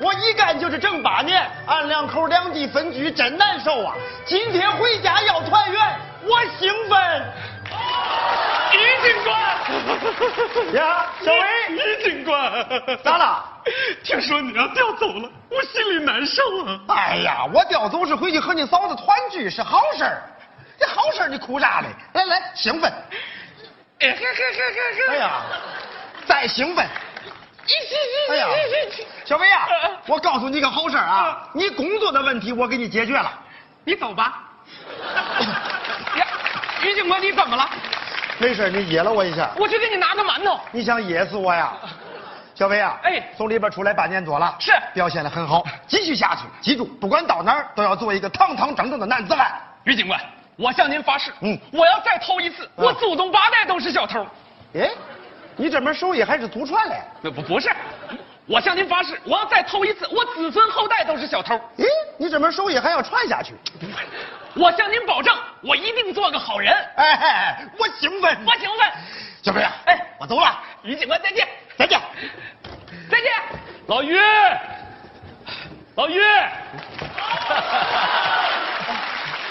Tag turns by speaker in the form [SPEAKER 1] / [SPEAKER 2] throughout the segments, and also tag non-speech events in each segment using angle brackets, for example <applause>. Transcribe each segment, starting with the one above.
[SPEAKER 1] 我一干就是正把念，按两口两地分居真难受啊！今天回家要团圆，我兴奋。
[SPEAKER 2] 于警官，
[SPEAKER 1] 呀，小薇，
[SPEAKER 2] 于警官，
[SPEAKER 1] 咋了？
[SPEAKER 2] 听说你让调走了，我心里难受啊！
[SPEAKER 1] 哎呀，我调走是回去和你嫂子团聚是好事儿，这好事儿你哭啥嘞？来来，兴奋！
[SPEAKER 2] 哎嘿嘿嘿嘿嘿！
[SPEAKER 1] 哎呀，再兴奋！哎
[SPEAKER 2] 哎
[SPEAKER 1] 呀
[SPEAKER 2] 呀，，
[SPEAKER 1] 小薇呀、
[SPEAKER 2] 呃
[SPEAKER 1] 我告诉你个好事儿啊
[SPEAKER 2] 啊，
[SPEAKER 1] 你工作的问题我给你解决了。
[SPEAKER 2] 你走 <laughs> 吧。呀，于警官，你怎么了？
[SPEAKER 1] 没事儿，你噎了我一下，
[SPEAKER 2] 我去给你拿个馒头。
[SPEAKER 1] 你想噎死我呀？小薇啊，
[SPEAKER 2] 哎
[SPEAKER 1] 从里边出来半年多了，
[SPEAKER 2] 是
[SPEAKER 1] 表现的很好，继续下去。记住，不管到哪儿都要做一个堂堂正正的男子汉。
[SPEAKER 2] 于警官，我向您发誓，
[SPEAKER 1] 嗯
[SPEAKER 2] 我要再偷一次，
[SPEAKER 1] 嗯
[SPEAKER 2] 我祖宗八代都是小偷。
[SPEAKER 1] 哎，你这门手艺还是祖传嘞？
[SPEAKER 2] 那呃不不是，我向您发誓，我要再偷一次，我子孙后代都是小偷。
[SPEAKER 1] 哎，你这门手艺还要传下去？
[SPEAKER 2] 我向您保证，我一定做个好人。
[SPEAKER 1] 哎，我兴奋。
[SPEAKER 2] 我请问，
[SPEAKER 1] 小薇啊，
[SPEAKER 2] 哎
[SPEAKER 1] 我走了，
[SPEAKER 2] 于警官再见，
[SPEAKER 1] 再见。
[SPEAKER 2] 再见，老于，老于，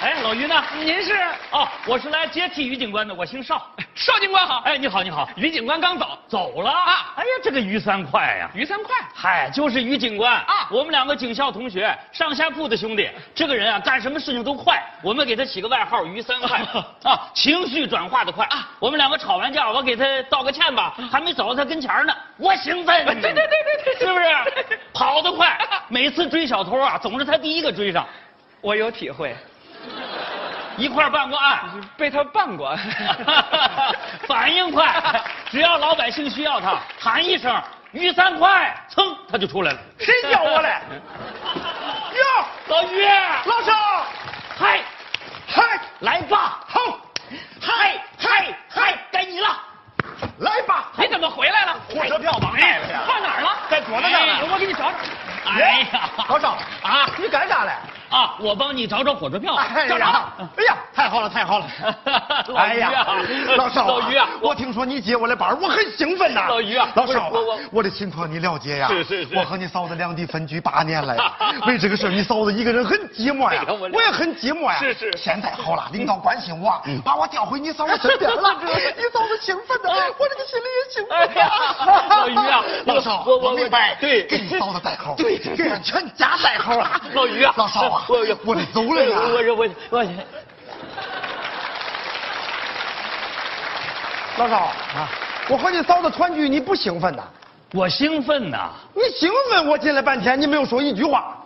[SPEAKER 2] 哎，老于呢？您是？哦，我是来接替于警官的，我姓邵。邵警官好。哎，你好，你好。于警官刚走，走了啊。哎呀，这个于三快呀、于三快，嗨，就是于警官
[SPEAKER 3] 啊
[SPEAKER 2] 我们两个警校同学，上下铺的兄弟。这个人啊，干什么事情都快，我们给他起个外号“于三快” <laughs> 啊，情绪转化的快啊。我们两个吵完架，我给他道个歉吧，还没走到他跟前儿呢，我兴奋。对对对对对，是不 <laughs> 是？跑得快，每次追小偷啊，总是他第一个追上。
[SPEAKER 3] 我有体会，
[SPEAKER 2] 一块儿办过案，
[SPEAKER 3] 被他办过。
[SPEAKER 2] <laughs> 反应快，只要老百姓需要他，喊一声“于三快”，噌，他就出来了。
[SPEAKER 1] 谁叫我嘞？
[SPEAKER 2] <laughs>
[SPEAKER 1] 哟，
[SPEAKER 2] 老于，
[SPEAKER 1] 老邵，
[SPEAKER 2] 嗨，
[SPEAKER 1] 嗨，
[SPEAKER 2] 来吧，
[SPEAKER 1] 哼，
[SPEAKER 2] 嗨嗨嗨，该你了。
[SPEAKER 1] 来吧，
[SPEAKER 2] 你怎么回来了？哎
[SPEAKER 1] 火车票忘带了呀
[SPEAKER 2] 放哪儿了？
[SPEAKER 1] 在桌子上呢
[SPEAKER 2] 哎我给你找找。哎呀，
[SPEAKER 1] 老邵
[SPEAKER 2] 啊
[SPEAKER 1] 你干啥嘞？
[SPEAKER 2] 啊！我帮你找找火车票，
[SPEAKER 1] 哎
[SPEAKER 2] 找着
[SPEAKER 1] 呀
[SPEAKER 2] 了。，
[SPEAKER 1] 哎呀，太好了，太
[SPEAKER 2] <laughs>
[SPEAKER 1] 好了！
[SPEAKER 2] 老
[SPEAKER 1] 哎
[SPEAKER 2] 于
[SPEAKER 1] 呀
[SPEAKER 2] 啊，
[SPEAKER 1] 老邵，
[SPEAKER 2] 老于啊
[SPEAKER 1] 我听说你接我的班儿，我很兴奋呐。
[SPEAKER 2] 老于啊
[SPEAKER 1] 老邵啊
[SPEAKER 2] 我我我，
[SPEAKER 1] 我的情况你了解呀？
[SPEAKER 2] 是是是
[SPEAKER 1] 我和你嫂子两地分居八年了
[SPEAKER 2] <laughs>
[SPEAKER 1] 呀，为这个事儿你嫂子一个人很寂寞呀
[SPEAKER 2] 哎呀我，了
[SPEAKER 1] 我也很寂寞呀。
[SPEAKER 2] 是是嗯
[SPEAKER 1] 现在好了，领导关心我，把我调回你嫂子身
[SPEAKER 2] <laughs>
[SPEAKER 1] 边了。你嫂子兴奋的，我这个心里也兴奋呀
[SPEAKER 2] 哎哎呀。老于啊
[SPEAKER 1] <laughs> 老邵，
[SPEAKER 2] 我我我
[SPEAKER 1] 明白，
[SPEAKER 2] 对
[SPEAKER 1] 给你嫂子带口，
[SPEAKER 2] 对
[SPEAKER 1] 给俺全家带口啊。
[SPEAKER 2] <laughs> 老于啊，
[SPEAKER 1] 老邵啊，
[SPEAKER 2] 我
[SPEAKER 1] 我得走了呀。
[SPEAKER 2] 我我我我，
[SPEAKER 1] 老邵啊，我和你嫂子团聚，你不兴奋呐？
[SPEAKER 2] 我兴奋呐！
[SPEAKER 1] 你兴奋，我进来半天，你没有说一句话。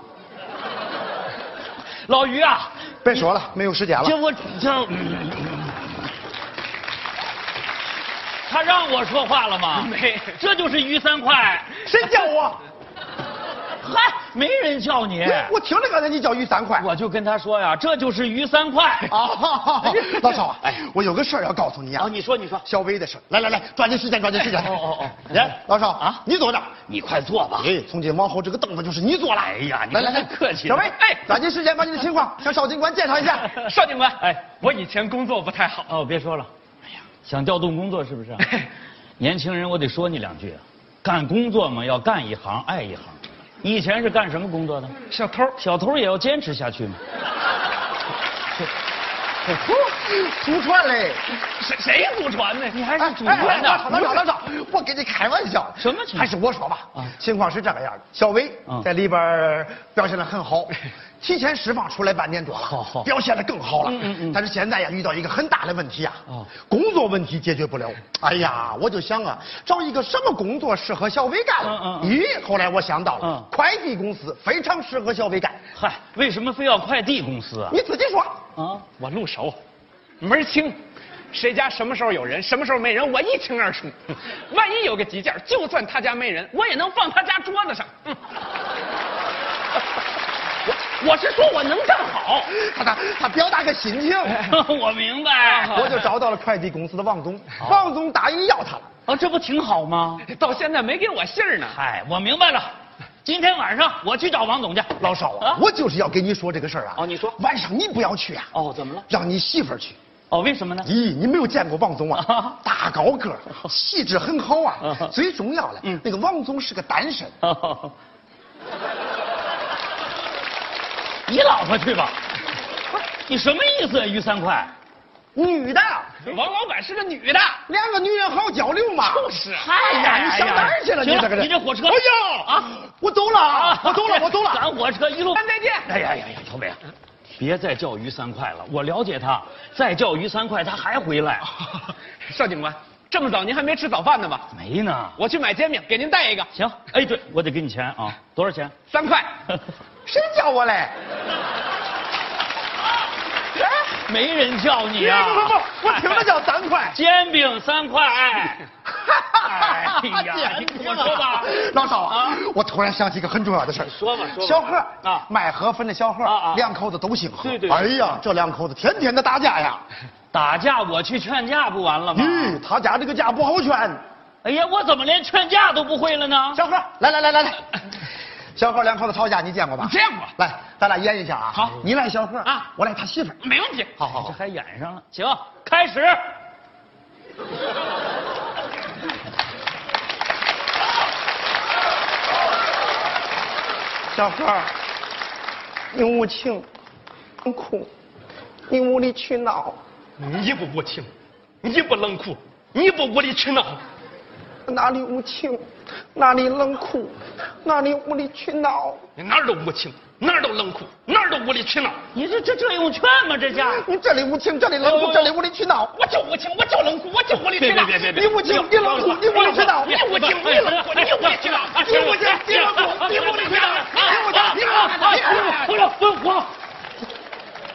[SPEAKER 2] 老于啊，
[SPEAKER 1] 别说了，没有时间
[SPEAKER 2] 这
[SPEAKER 1] 了。
[SPEAKER 2] 我这，他让我说话了吗？没，这就是于三块。
[SPEAKER 3] <laughs>
[SPEAKER 1] 谁叫我？
[SPEAKER 2] 嗨，没人叫你，
[SPEAKER 1] 我听着刚才你叫于三块。
[SPEAKER 2] 我就跟他说呀，这就是于三块。
[SPEAKER 1] 啊，哈哈
[SPEAKER 2] <laughs>
[SPEAKER 1] 哈老邵啊，
[SPEAKER 2] 哎
[SPEAKER 1] 我有个事儿要告诉你啊。
[SPEAKER 2] 你说你说，
[SPEAKER 1] 小薇的事儿，来来来，抓紧时间，抓紧时间。
[SPEAKER 2] 哎哦哦哦
[SPEAKER 1] 来，老邵啊
[SPEAKER 2] 啊，
[SPEAKER 1] 你坐这儿。
[SPEAKER 2] 你快坐吧。
[SPEAKER 1] 哎，从今往后这个凳子就是你坐了。
[SPEAKER 2] 哎呀你
[SPEAKER 1] 来来来，
[SPEAKER 2] 太客气
[SPEAKER 1] 小
[SPEAKER 2] 了
[SPEAKER 1] 薇，哎
[SPEAKER 2] 哎，
[SPEAKER 1] 抓紧时间把你的情况向邵警官介绍一 <laughs> 下。
[SPEAKER 3] 邵警官，
[SPEAKER 2] 哎
[SPEAKER 3] 哎，我以前工作不太好，
[SPEAKER 2] 哦，别说了，想调动工作是不 <laughs> 是？年轻人，我得说你两句啊，干工作嘛，要干一行爱一行。你以前是干什么工作的？
[SPEAKER 3] 小偷。
[SPEAKER 2] 小偷也要坚持下去吗？
[SPEAKER 1] 祖传嘞。
[SPEAKER 3] 谁谁祖传呢？你还
[SPEAKER 1] 哎，
[SPEAKER 3] 祖
[SPEAKER 1] 哎
[SPEAKER 3] 传
[SPEAKER 1] 老邵，
[SPEAKER 3] 呢？
[SPEAKER 1] 老邵，老邵，我跟你开玩笑。
[SPEAKER 2] 什么情况
[SPEAKER 1] 还是我说吧。
[SPEAKER 2] 啊
[SPEAKER 1] 情况是这个样的，小薇
[SPEAKER 2] 嗯
[SPEAKER 1] 在里边儿表现的很好，提前释放出来半年多了，
[SPEAKER 2] 好好
[SPEAKER 1] 表现的更好了。
[SPEAKER 2] 嗯嗯嗯
[SPEAKER 1] 但是现在呀，遇到一个很大的问题啊，
[SPEAKER 2] 哦
[SPEAKER 1] 工作问题解决不了。哎呀，我就想啊，找一个什么工作适合小薇干
[SPEAKER 2] 嗯
[SPEAKER 1] 了？
[SPEAKER 2] 嗯
[SPEAKER 1] 咦，后来我想到了
[SPEAKER 2] 嗯，
[SPEAKER 1] 快递公司非常适合小薇干。
[SPEAKER 2] 嗨，为什么非要快递公司啊？
[SPEAKER 1] 你自己说，
[SPEAKER 2] 啊，
[SPEAKER 3] 我路熟，门儿清，谁家什么时候有人，什么时候没人，我一清二楚。 <laughs> 万一有个急件儿，就算他家没人，我也能放他家桌子上。嗯我我是说我能干好。
[SPEAKER 1] 他他他表达个心情。
[SPEAKER 2] <laughs> 我明白。
[SPEAKER 1] 我就找到了快递公司的王总，
[SPEAKER 2] 哦
[SPEAKER 1] 王总答应要他了。
[SPEAKER 2] 啊，这不挺好吗？
[SPEAKER 3] 到现在没给我信儿呢。
[SPEAKER 2] 嗨，我明白了。今天晚上我去找王总去。
[SPEAKER 1] 老邵啊，
[SPEAKER 2] 啊
[SPEAKER 1] 我就是要跟你说这个事儿啊。
[SPEAKER 2] 哦你说
[SPEAKER 1] 晚上你不要去啊。
[SPEAKER 2] 哦，怎么了？
[SPEAKER 1] 让你媳妇儿去。
[SPEAKER 2] 哦，为什么呢？
[SPEAKER 1] 咦，你没有见过王总啊
[SPEAKER 2] 啊？
[SPEAKER 1] <laughs> 大高个儿，气质很好啊
[SPEAKER 2] 啊。
[SPEAKER 1] 最重要了，那个王总是个单身。
[SPEAKER 2] 哦
[SPEAKER 3] <laughs> 你老婆去吧。不是你什么意思啊？余三块，
[SPEAKER 1] 女的，
[SPEAKER 2] 王老板是个女的，
[SPEAKER 1] 两个女人好交流嘛。
[SPEAKER 2] 就是
[SPEAKER 1] 哎呀，你上哪儿去了？
[SPEAKER 3] 行
[SPEAKER 1] 你这个人，
[SPEAKER 3] 你这火车
[SPEAKER 1] 哎呀，
[SPEAKER 3] 啊
[SPEAKER 1] 啊，我走了啊，我走了，我走了。
[SPEAKER 3] <laughs> 赶火车一路。
[SPEAKER 2] 咱再见。
[SPEAKER 3] 哎呀呀呀，小美啊，别再叫余三块了，我了解他，再叫余三块他还回来。 <laughs>
[SPEAKER 2] 邵警官，这么早您还没吃早饭呢吧？
[SPEAKER 3] 没呢。
[SPEAKER 2] 我去买煎饼，给您带一个，
[SPEAKER 3] 行，哎，对，我得给你钱啊，多少钱？ <laughs>
[SPEAKER 2] 三块。
[SPEAKER 1] 谁叫我来？
[SPEAKER 3] 没人叫你啊！
[SPEAKER 1] 不不不，我听着叫三块。
[SPEAKER 3] <laughs> 煎饼三块，哎哎呀，你
[SPEAKER 1] <laughs> 简直
[SPEAKER 3] 听我
[SPEAKER 1] 了
[SPEAKER 3] 说吧，
[SPEAKER 1] 老邵啊
[SPEAKER 3] 啊，
[SPEAKER 1] 我突然想起一个很重要的事儿。
[SPEAKER 3] 说吧说吧
[SPEAKER 1] 小贺
[SPEAKER 3] 啊
[SPEAKER 1] 啊，卖河粉的小贺
[SPEAKER 3] 啊啊
[SPEAKER 1] 两口子都姓何。
[SPEAKER 3] 对对啊对
[SPEAKER 1] 哎呀，这两口子天天的打架呀。
[SPEAKER 3] 打架我去劝架不完了吗？
[SPEAKER 1] 咦，他家这个架不好劝。
[SPEAKER 3] 哎呀，我怎么连劝架都不会了呢？
[SPEAKER 1] 小贺，来来来来来，小贺两口子吵架你见过吧？
[SPEAKER 2] 见过
[SPEAKER 1] 来，咱俩演一下啊。
[SPEAKER 2] 好
[SPEAKER 1] 你来小贺
[SPEAKER 2] 啊
[SPEAKER 1] 我来他媳妇儿。
[SPEAKER 2] 没问题。
[SPEAKER 1] 好好好
[SPEAKER 3] 这。还演上了，行，开始。
[SPEAKER 1] 小贺儿，你无情，你哭，你无理取闹，
[SPEAKER 2] 你不无情，你不冷酷，你不无理取闹。
[SPEAKER 1] 哪里无情，哪里冷酷，哪里无理取闹。
[SPEAKER 2] 你哪儿都无情，哪儿都冷酷，哪儿都无理取闹。
[SPEAKER 3] 你这这这用劝吗？这架。
[SPEAKER 1] 你这里无情，这里冷
[SPEAKER 3] 哎呦
[SPEAKER 1] 酷，这里无理取闹。
[SPEAKER 2] 我就无情，我就冷酷，我就无理取闹。
[SPEAKER 3] 别别别别
[SPEAKER 1] 你无情，你冷酷，你无理取闹。
[SPEAKER 2] 你无情，你冷酷，你无理取闹。你无情，你冷酷，你无理取闹。你无情，你冷酷，你无理取闹。
[SPEAKER 3] 我我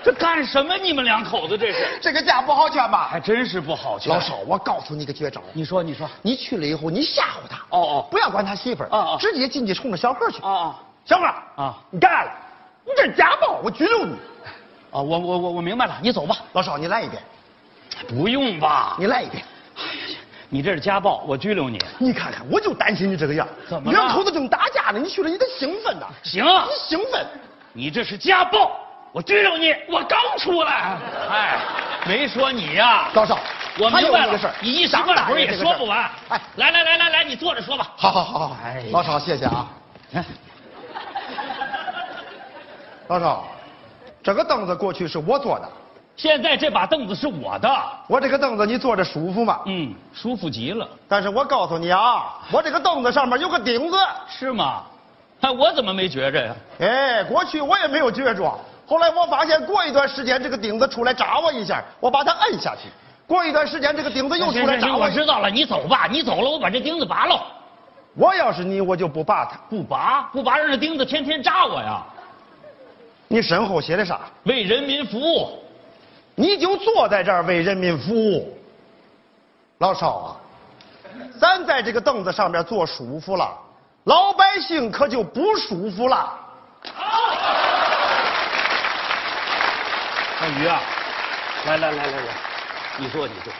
[SPEAKER 3] 这干什么？你们两口子这是？
[SPEAKER 1] 这个架不好劝吧？
[SPEAKER 3] 还真是不啊好劝。
[SPEAKER 1] 老少，我告诉你个绝招，
[SPEAKER 3] 你说你说。
[SPEAKER 1] 你去了以后，你吓唬他。
[SPEAKER 3] 哦哦
[SPEAKER 1] 不要管他媳妇儿。
[SPEAKER 3] 哦哦
[SPEAKER 1] 直接进去冲着小贺去。
[SPEAKER 3] 啊啊
[SPEAKER 1] 小贺
[SPEAKER 3] 啊
[SPEAKER 1] 你干了，你这是家暴，我拘留你。
[SPEAKER 3] 啊！我我我我明白了，你走吧。
[SPEAKER 1] 老少，你来一遍，
[SPEAKER 3] 不用吧？
[SPEAKER 1] 你来一遍。
[SPEAKER 3] 你这是家暴，我拘留你。
[SPEAKER 1] 你看看，我就担心你这个样，
[SPEAKER 3] 怎么了啊
[SPEAKER 1] 两口子正打架呢，你去了，你得兴奋呐、
[SPEAKER 3] 行，
[SPEAKER 1] 你兴奋，
[SPEAKER 3] 你这是家暴，我拘留你。我刚出来。哎，没说你呀、
[SPEAKER 1] 老少，
[SPEAKER 3] 我
[SPEAKER 1] 还
[SPEAKER 3] 明
[SPEAKER 1] 有
[SPEAKER 3] 白
[SPEAKER 1] 这
[SPEAKER 3] 了
[SPEAKER 1] 个事儿，，
[SPEAKER 3] 你一时
[SPEAKER 1] 长
[SPEAKER 3] 半
[SPEAKER 1] 大
[SPEAKER 3] 会儿
[SPEAKER 1] 人
[SPEAKER 3] 也
[SPEAKER 1] 这个
[SPEAKER 3] 说
[SPEAKER 1] 事儿
[SPEAKER 3] 不完。
[SPEAKER 1] 哎，
[SPEAKER 3] 来来来来来，你坐着说吧。
[SPEAKER 1] 好好好好，好
[SPEAKER 3] 哎呀
[SPEAKER 1] 老少谢谢啊，
[SPEAKER 3] 哎，
[SPEAKER 1] 老少，这个凳子过去是我坐的，
[SPEAKER 3] 现在这把凳子是我的，
[SPEAKER 1] 我这个凳子你坐着舒服吗？
[SPEAKER 3] 嗯，舒服极了，
[SPEAKER 1] 但是我告诉你啊，我这个凳子上面有个顶子，
[SPEAKER 3] 是吗？哎，我怎么没觉着呀？
[SPEAKER 1] 哎，过去我也没有觉着，后来我发现过一段时间这个顶子出来扎我一下，我把它摁下去，过一段时间这个顶子又出
[SPEAKER 3] 行
[SPEAKER 1] 来
[SPEAKER 3] 哎行
[SPEAKER 1] 扎
[SPEAKER 3] 行，
[SPEAKER 1] 我
[SPEAKER 3] 我
[SPEAKER 1] 一下
[SPEAKER 3] 知，道了，你走吧，你走了，我把这钉子拔了。
[SPEAKER 1] 我要是你我就不扒它，
[SPEAKER 3] 不拔，不拔，让这钉子天天扎我呀！
[SPEAKER 1] 你身后写的啥？
[SPEAKER 3] 为人民服务，
[SPEAKER 1] 你就坐在这儿为人民服务。老少啊，咱在这个凳子上面坐舒服了，老百姓可就不舒服了。
[SPEAKER 3] 小鱼啊，来来来来来，你坐你坐，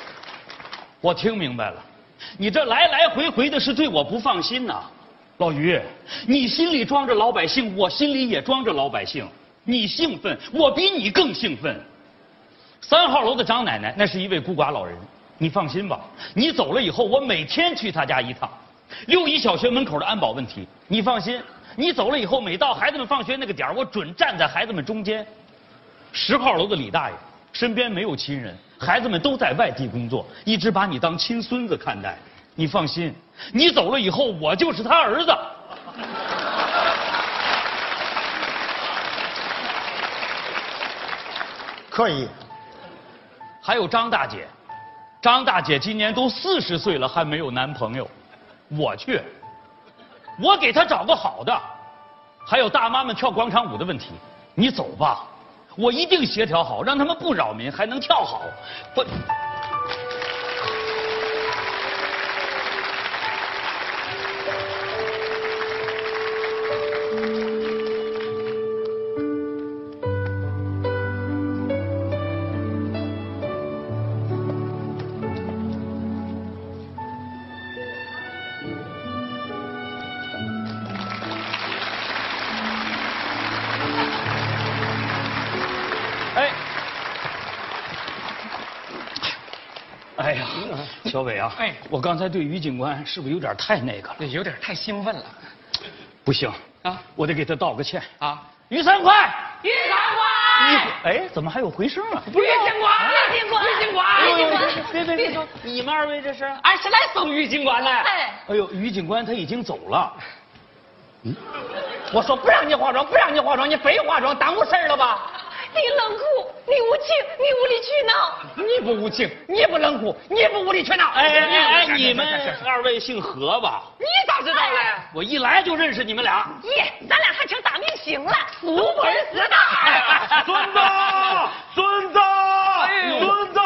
[SPEAKER 3] 我听明白了，你这来来回回的是对我不放心呐、老于，你心里装着老百姓，我心里也装着老百姓，你兴奋，我比你更兴奋。三号楼的张奶奶，那是一位孤寡老人，你放心吧。你走了以后，我每天去她家一趟。六一小学门口的安保问题，你放心，你走了以后，每到孩子们放学那个点儿，我准站在孩子们中间。十号楼的李大爷身边没有亲人，孩子们都在外地工作，一直把你当亲孙子看待。你放心，你走了以后，我就是他儿子。
[SPEAKER 1] 可以，
[SPEAKER 3] 还有张大姐，张大姐今年都四十岁了，还没有男朋友，我去，我给她找个好的。还有大妈们跳广场舞的问题，你走吧，我一定协调好，让他们不扰民，还能跳好。不，哎，哎呀，小伟啊，
[SPEAKER 2] 哎
[SPEAKER 3] 我刚才对于警官是不是有点太那个了？
[SPEAKER 2] 有点太兴奋了
[SPEAKER 3] 不行
[SPEAKER 2] 啊
[SPEAKER 3] 我得给他道个歉。
[SPEAKER 2] 啊！
[SPEAKER 3] 于三块，
[SPEAKER 2] 玉兰花，
[SPEAKER 3] 哎，怎么还有回声啊？
[SPEAKER 2] 不是玉金管，
[SPEAKER 4] 玉金管
[SPEAKER 2] 玉金管，
[SPEAKER 3] 别别别！你们二位这是？
[SPEAKER 2] 哎俺是来送玉金管来。
[SPEAKER 4] 哎，
[SPEAKER 3] 哎呦，于警官他已经走了。
[SPEAKER 2] 我说不让你化妆，不让你化妆，你非化妆，耽误事儿了吧？
[SPEAKER 4] 你冷酷，你无情，你无理取闹。
[SPEAKER 2] 你不无情，你不冷酷，你不无理取闹。
[SPEAKER 3] 哎哎哎，
[SPEAKER 2] 是
[SPEAKER 3] 你们
[SPEAKER 2] 是是是
[SPEAKER 3] 二位姓何吧？
[SPEAKER 2] 你咋知道嘞？
[SPEAKER 3] 我一来就认识你们俩。
[SPEAKER 4] 哎耶，咱俩还成大明星了，俗不
[SPEAKER 2] 本
[SPEAKER 4] 死道。
[SPEAKER 2] 哎
[SPEAKER 1] 孙子，孙子，
[SPEAKER 2] 呦
[SPEAKER 1] 孙子。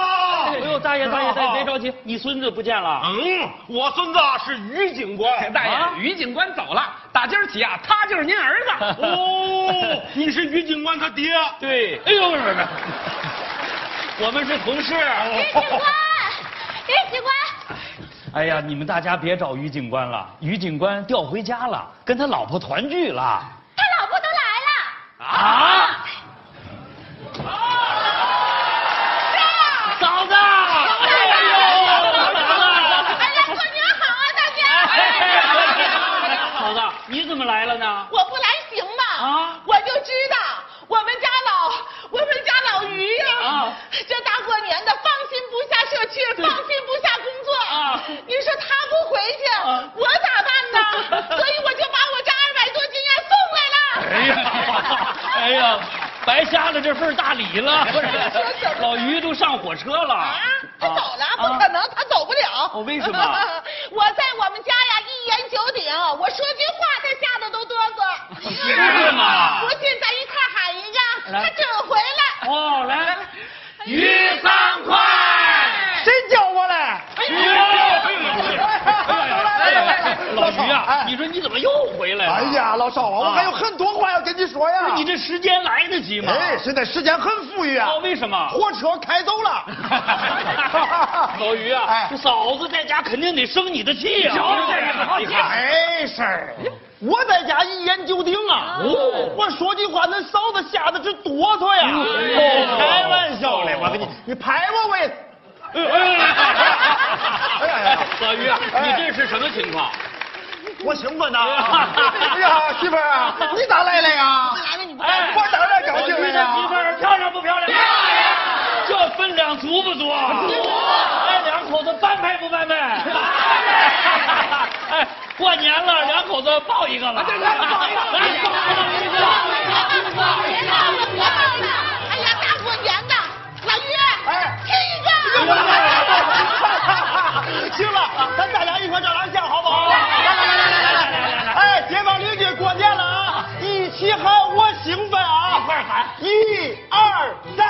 [SPEAKER 3] 哎呦，大爷大爷大爷，别着急，你孙子不见了。
[SPEAKER 1] 嗯，我孙子是于警官。
[SPEAKER 2] 大
[SPEAKER 3] 啊
[SPEAKER 2] 爷，于警官走了，打今儿起啊，他就是您 <laughs> 儿
[SPEAKER 1] <laughs>
[SPEAKER 2] 子。
[SPEAKER 1] 哦，你是于警官他爹。
[SPEAKER 3] 对，
[SPEAKER 2] 哎呦，不是不是不是，
[SPEAKER 3] 我们是同事。
[SPEAKER 4] <laughs>
[SPEAKER 2] 哎
[SPEAKER 4] 于警官，于警官，
[SPEAKER 3] 哎呀，你们大家别找于警官了，于警官调回家了，跟他老婆团聚了。
[SPEAKER 4] 他老婆都来
[SPEAKER 3] 啊！嫂子！
[SPEAKER 2] 哎
[SPEAKER 3] 哎
[SPEAKER 4] 了。哎呀，过年好啊，大
[SPEAKER 2] 哎
[SPEAKER 4] 家！
[SPEAKER 2] 啊
[SPEAKER 4] 哎
[SPEAKER 2] <laughs>
[SPEAKER 3] 嫂子，你怎么来了呢？
[SPEAKER 5] 我不来行吗？
[SPEAKER 3] 啊
[SPEAKER 5] 我就知道我们家老我们家老于呀、
[SPEAKER 3] 啊
[SPEAKER 5] 这大过年的放心不下社区，放心不下工作
[SPEAKER 3] 啊
[SPEAKER 5] 你说他不回去，
[SPEAKER 3] 啊
[SPEAKER 5] 我咋办
[SPEAKER 3] <laughs>
[SPEAKER 5] 呢？所以我就把我这二百多斤烟送来了。
[SPEAKER 3] 哎呀，哎呀，白瞎了这份大礼了。不是老于都上火车了。
[SPEAKER 5] <laughs> 啊，他走了，不可能，他走不了。
[SPEAKER 3] 哦为什么？
[SPEAKER 5] <laughs> 我在我们家呀一言九鼎，我说句话他吓得都嘚瑟。
[SPEAKER 3] <laughs> 是吗
[SPEAKER 5] 不信咱一块儿喊一个，
[SPEAKER 3] 来
[SPEAKER 5] 他准回来。
[SPEAKER 3] 哦，来，于三快。
[SPEAKER 1] 谁叫我来？
[SPEAKER 3] 老于啊，你说你怎么又回来了？
[SPEAKER 1] 哎呀，老少啊，我还有很多话要跟你说呀。
[SPEAKER 3] 你这时间来得及吗？
[SPEAKER 1] 哎，现在时间很富裕啊
[SPEAKER 3] 哦，，为什么？。
[SPEAKER 1] 火车开走哎了 <laughs>
[SPEAKER 3] 老于啊，这嫂子在家肯定得生你的气啊！你
[SPEAKER 1] 哎
[SPEAKER 3] 看，
[SPEAKER 1] 没事儿，我在家一言九鼎啊。哦，我说句话，恁嫂子吓得直哆嗦呀。
[SPEAKER 3] 哦
[SPEAKER 1] 开玩笑嘞，我跟你，你拍我我也。
[SPEAKER 3] 哎
[SPEAKER 1] 哎呀呀，
[SPEAKER 3] 老于啊，你这是什么情况？
[SPEAKER 1] 我兴奋呐！ <laughs> 哎呀，媳妇儿啊，你咋来了呀？
[SPEAKER 3] 哎，
[SPEAKER 1] 我当然高兴了呀
[SPEAKER 3] 老于这媳妇儿漂亮不漂亮？漂亮。这分量足不足？足。哎，两口子般配不般配？哎，过年了，两口子抱一个哎吧。对对，抱一个，抱一个。
[SPEAKER 5] 别闹了，别闹了！哎呀，大过年的，老于，
[SPEAKER 1] 哎
[SPEAKER 5] 吃一个。
[SPEAKER 1] 行了，咱大家一块照张相，好不好？来来来来来来来来！哎，街坊邻居过年了啊，一起喊，我兴奋啊！一块喊，一二三。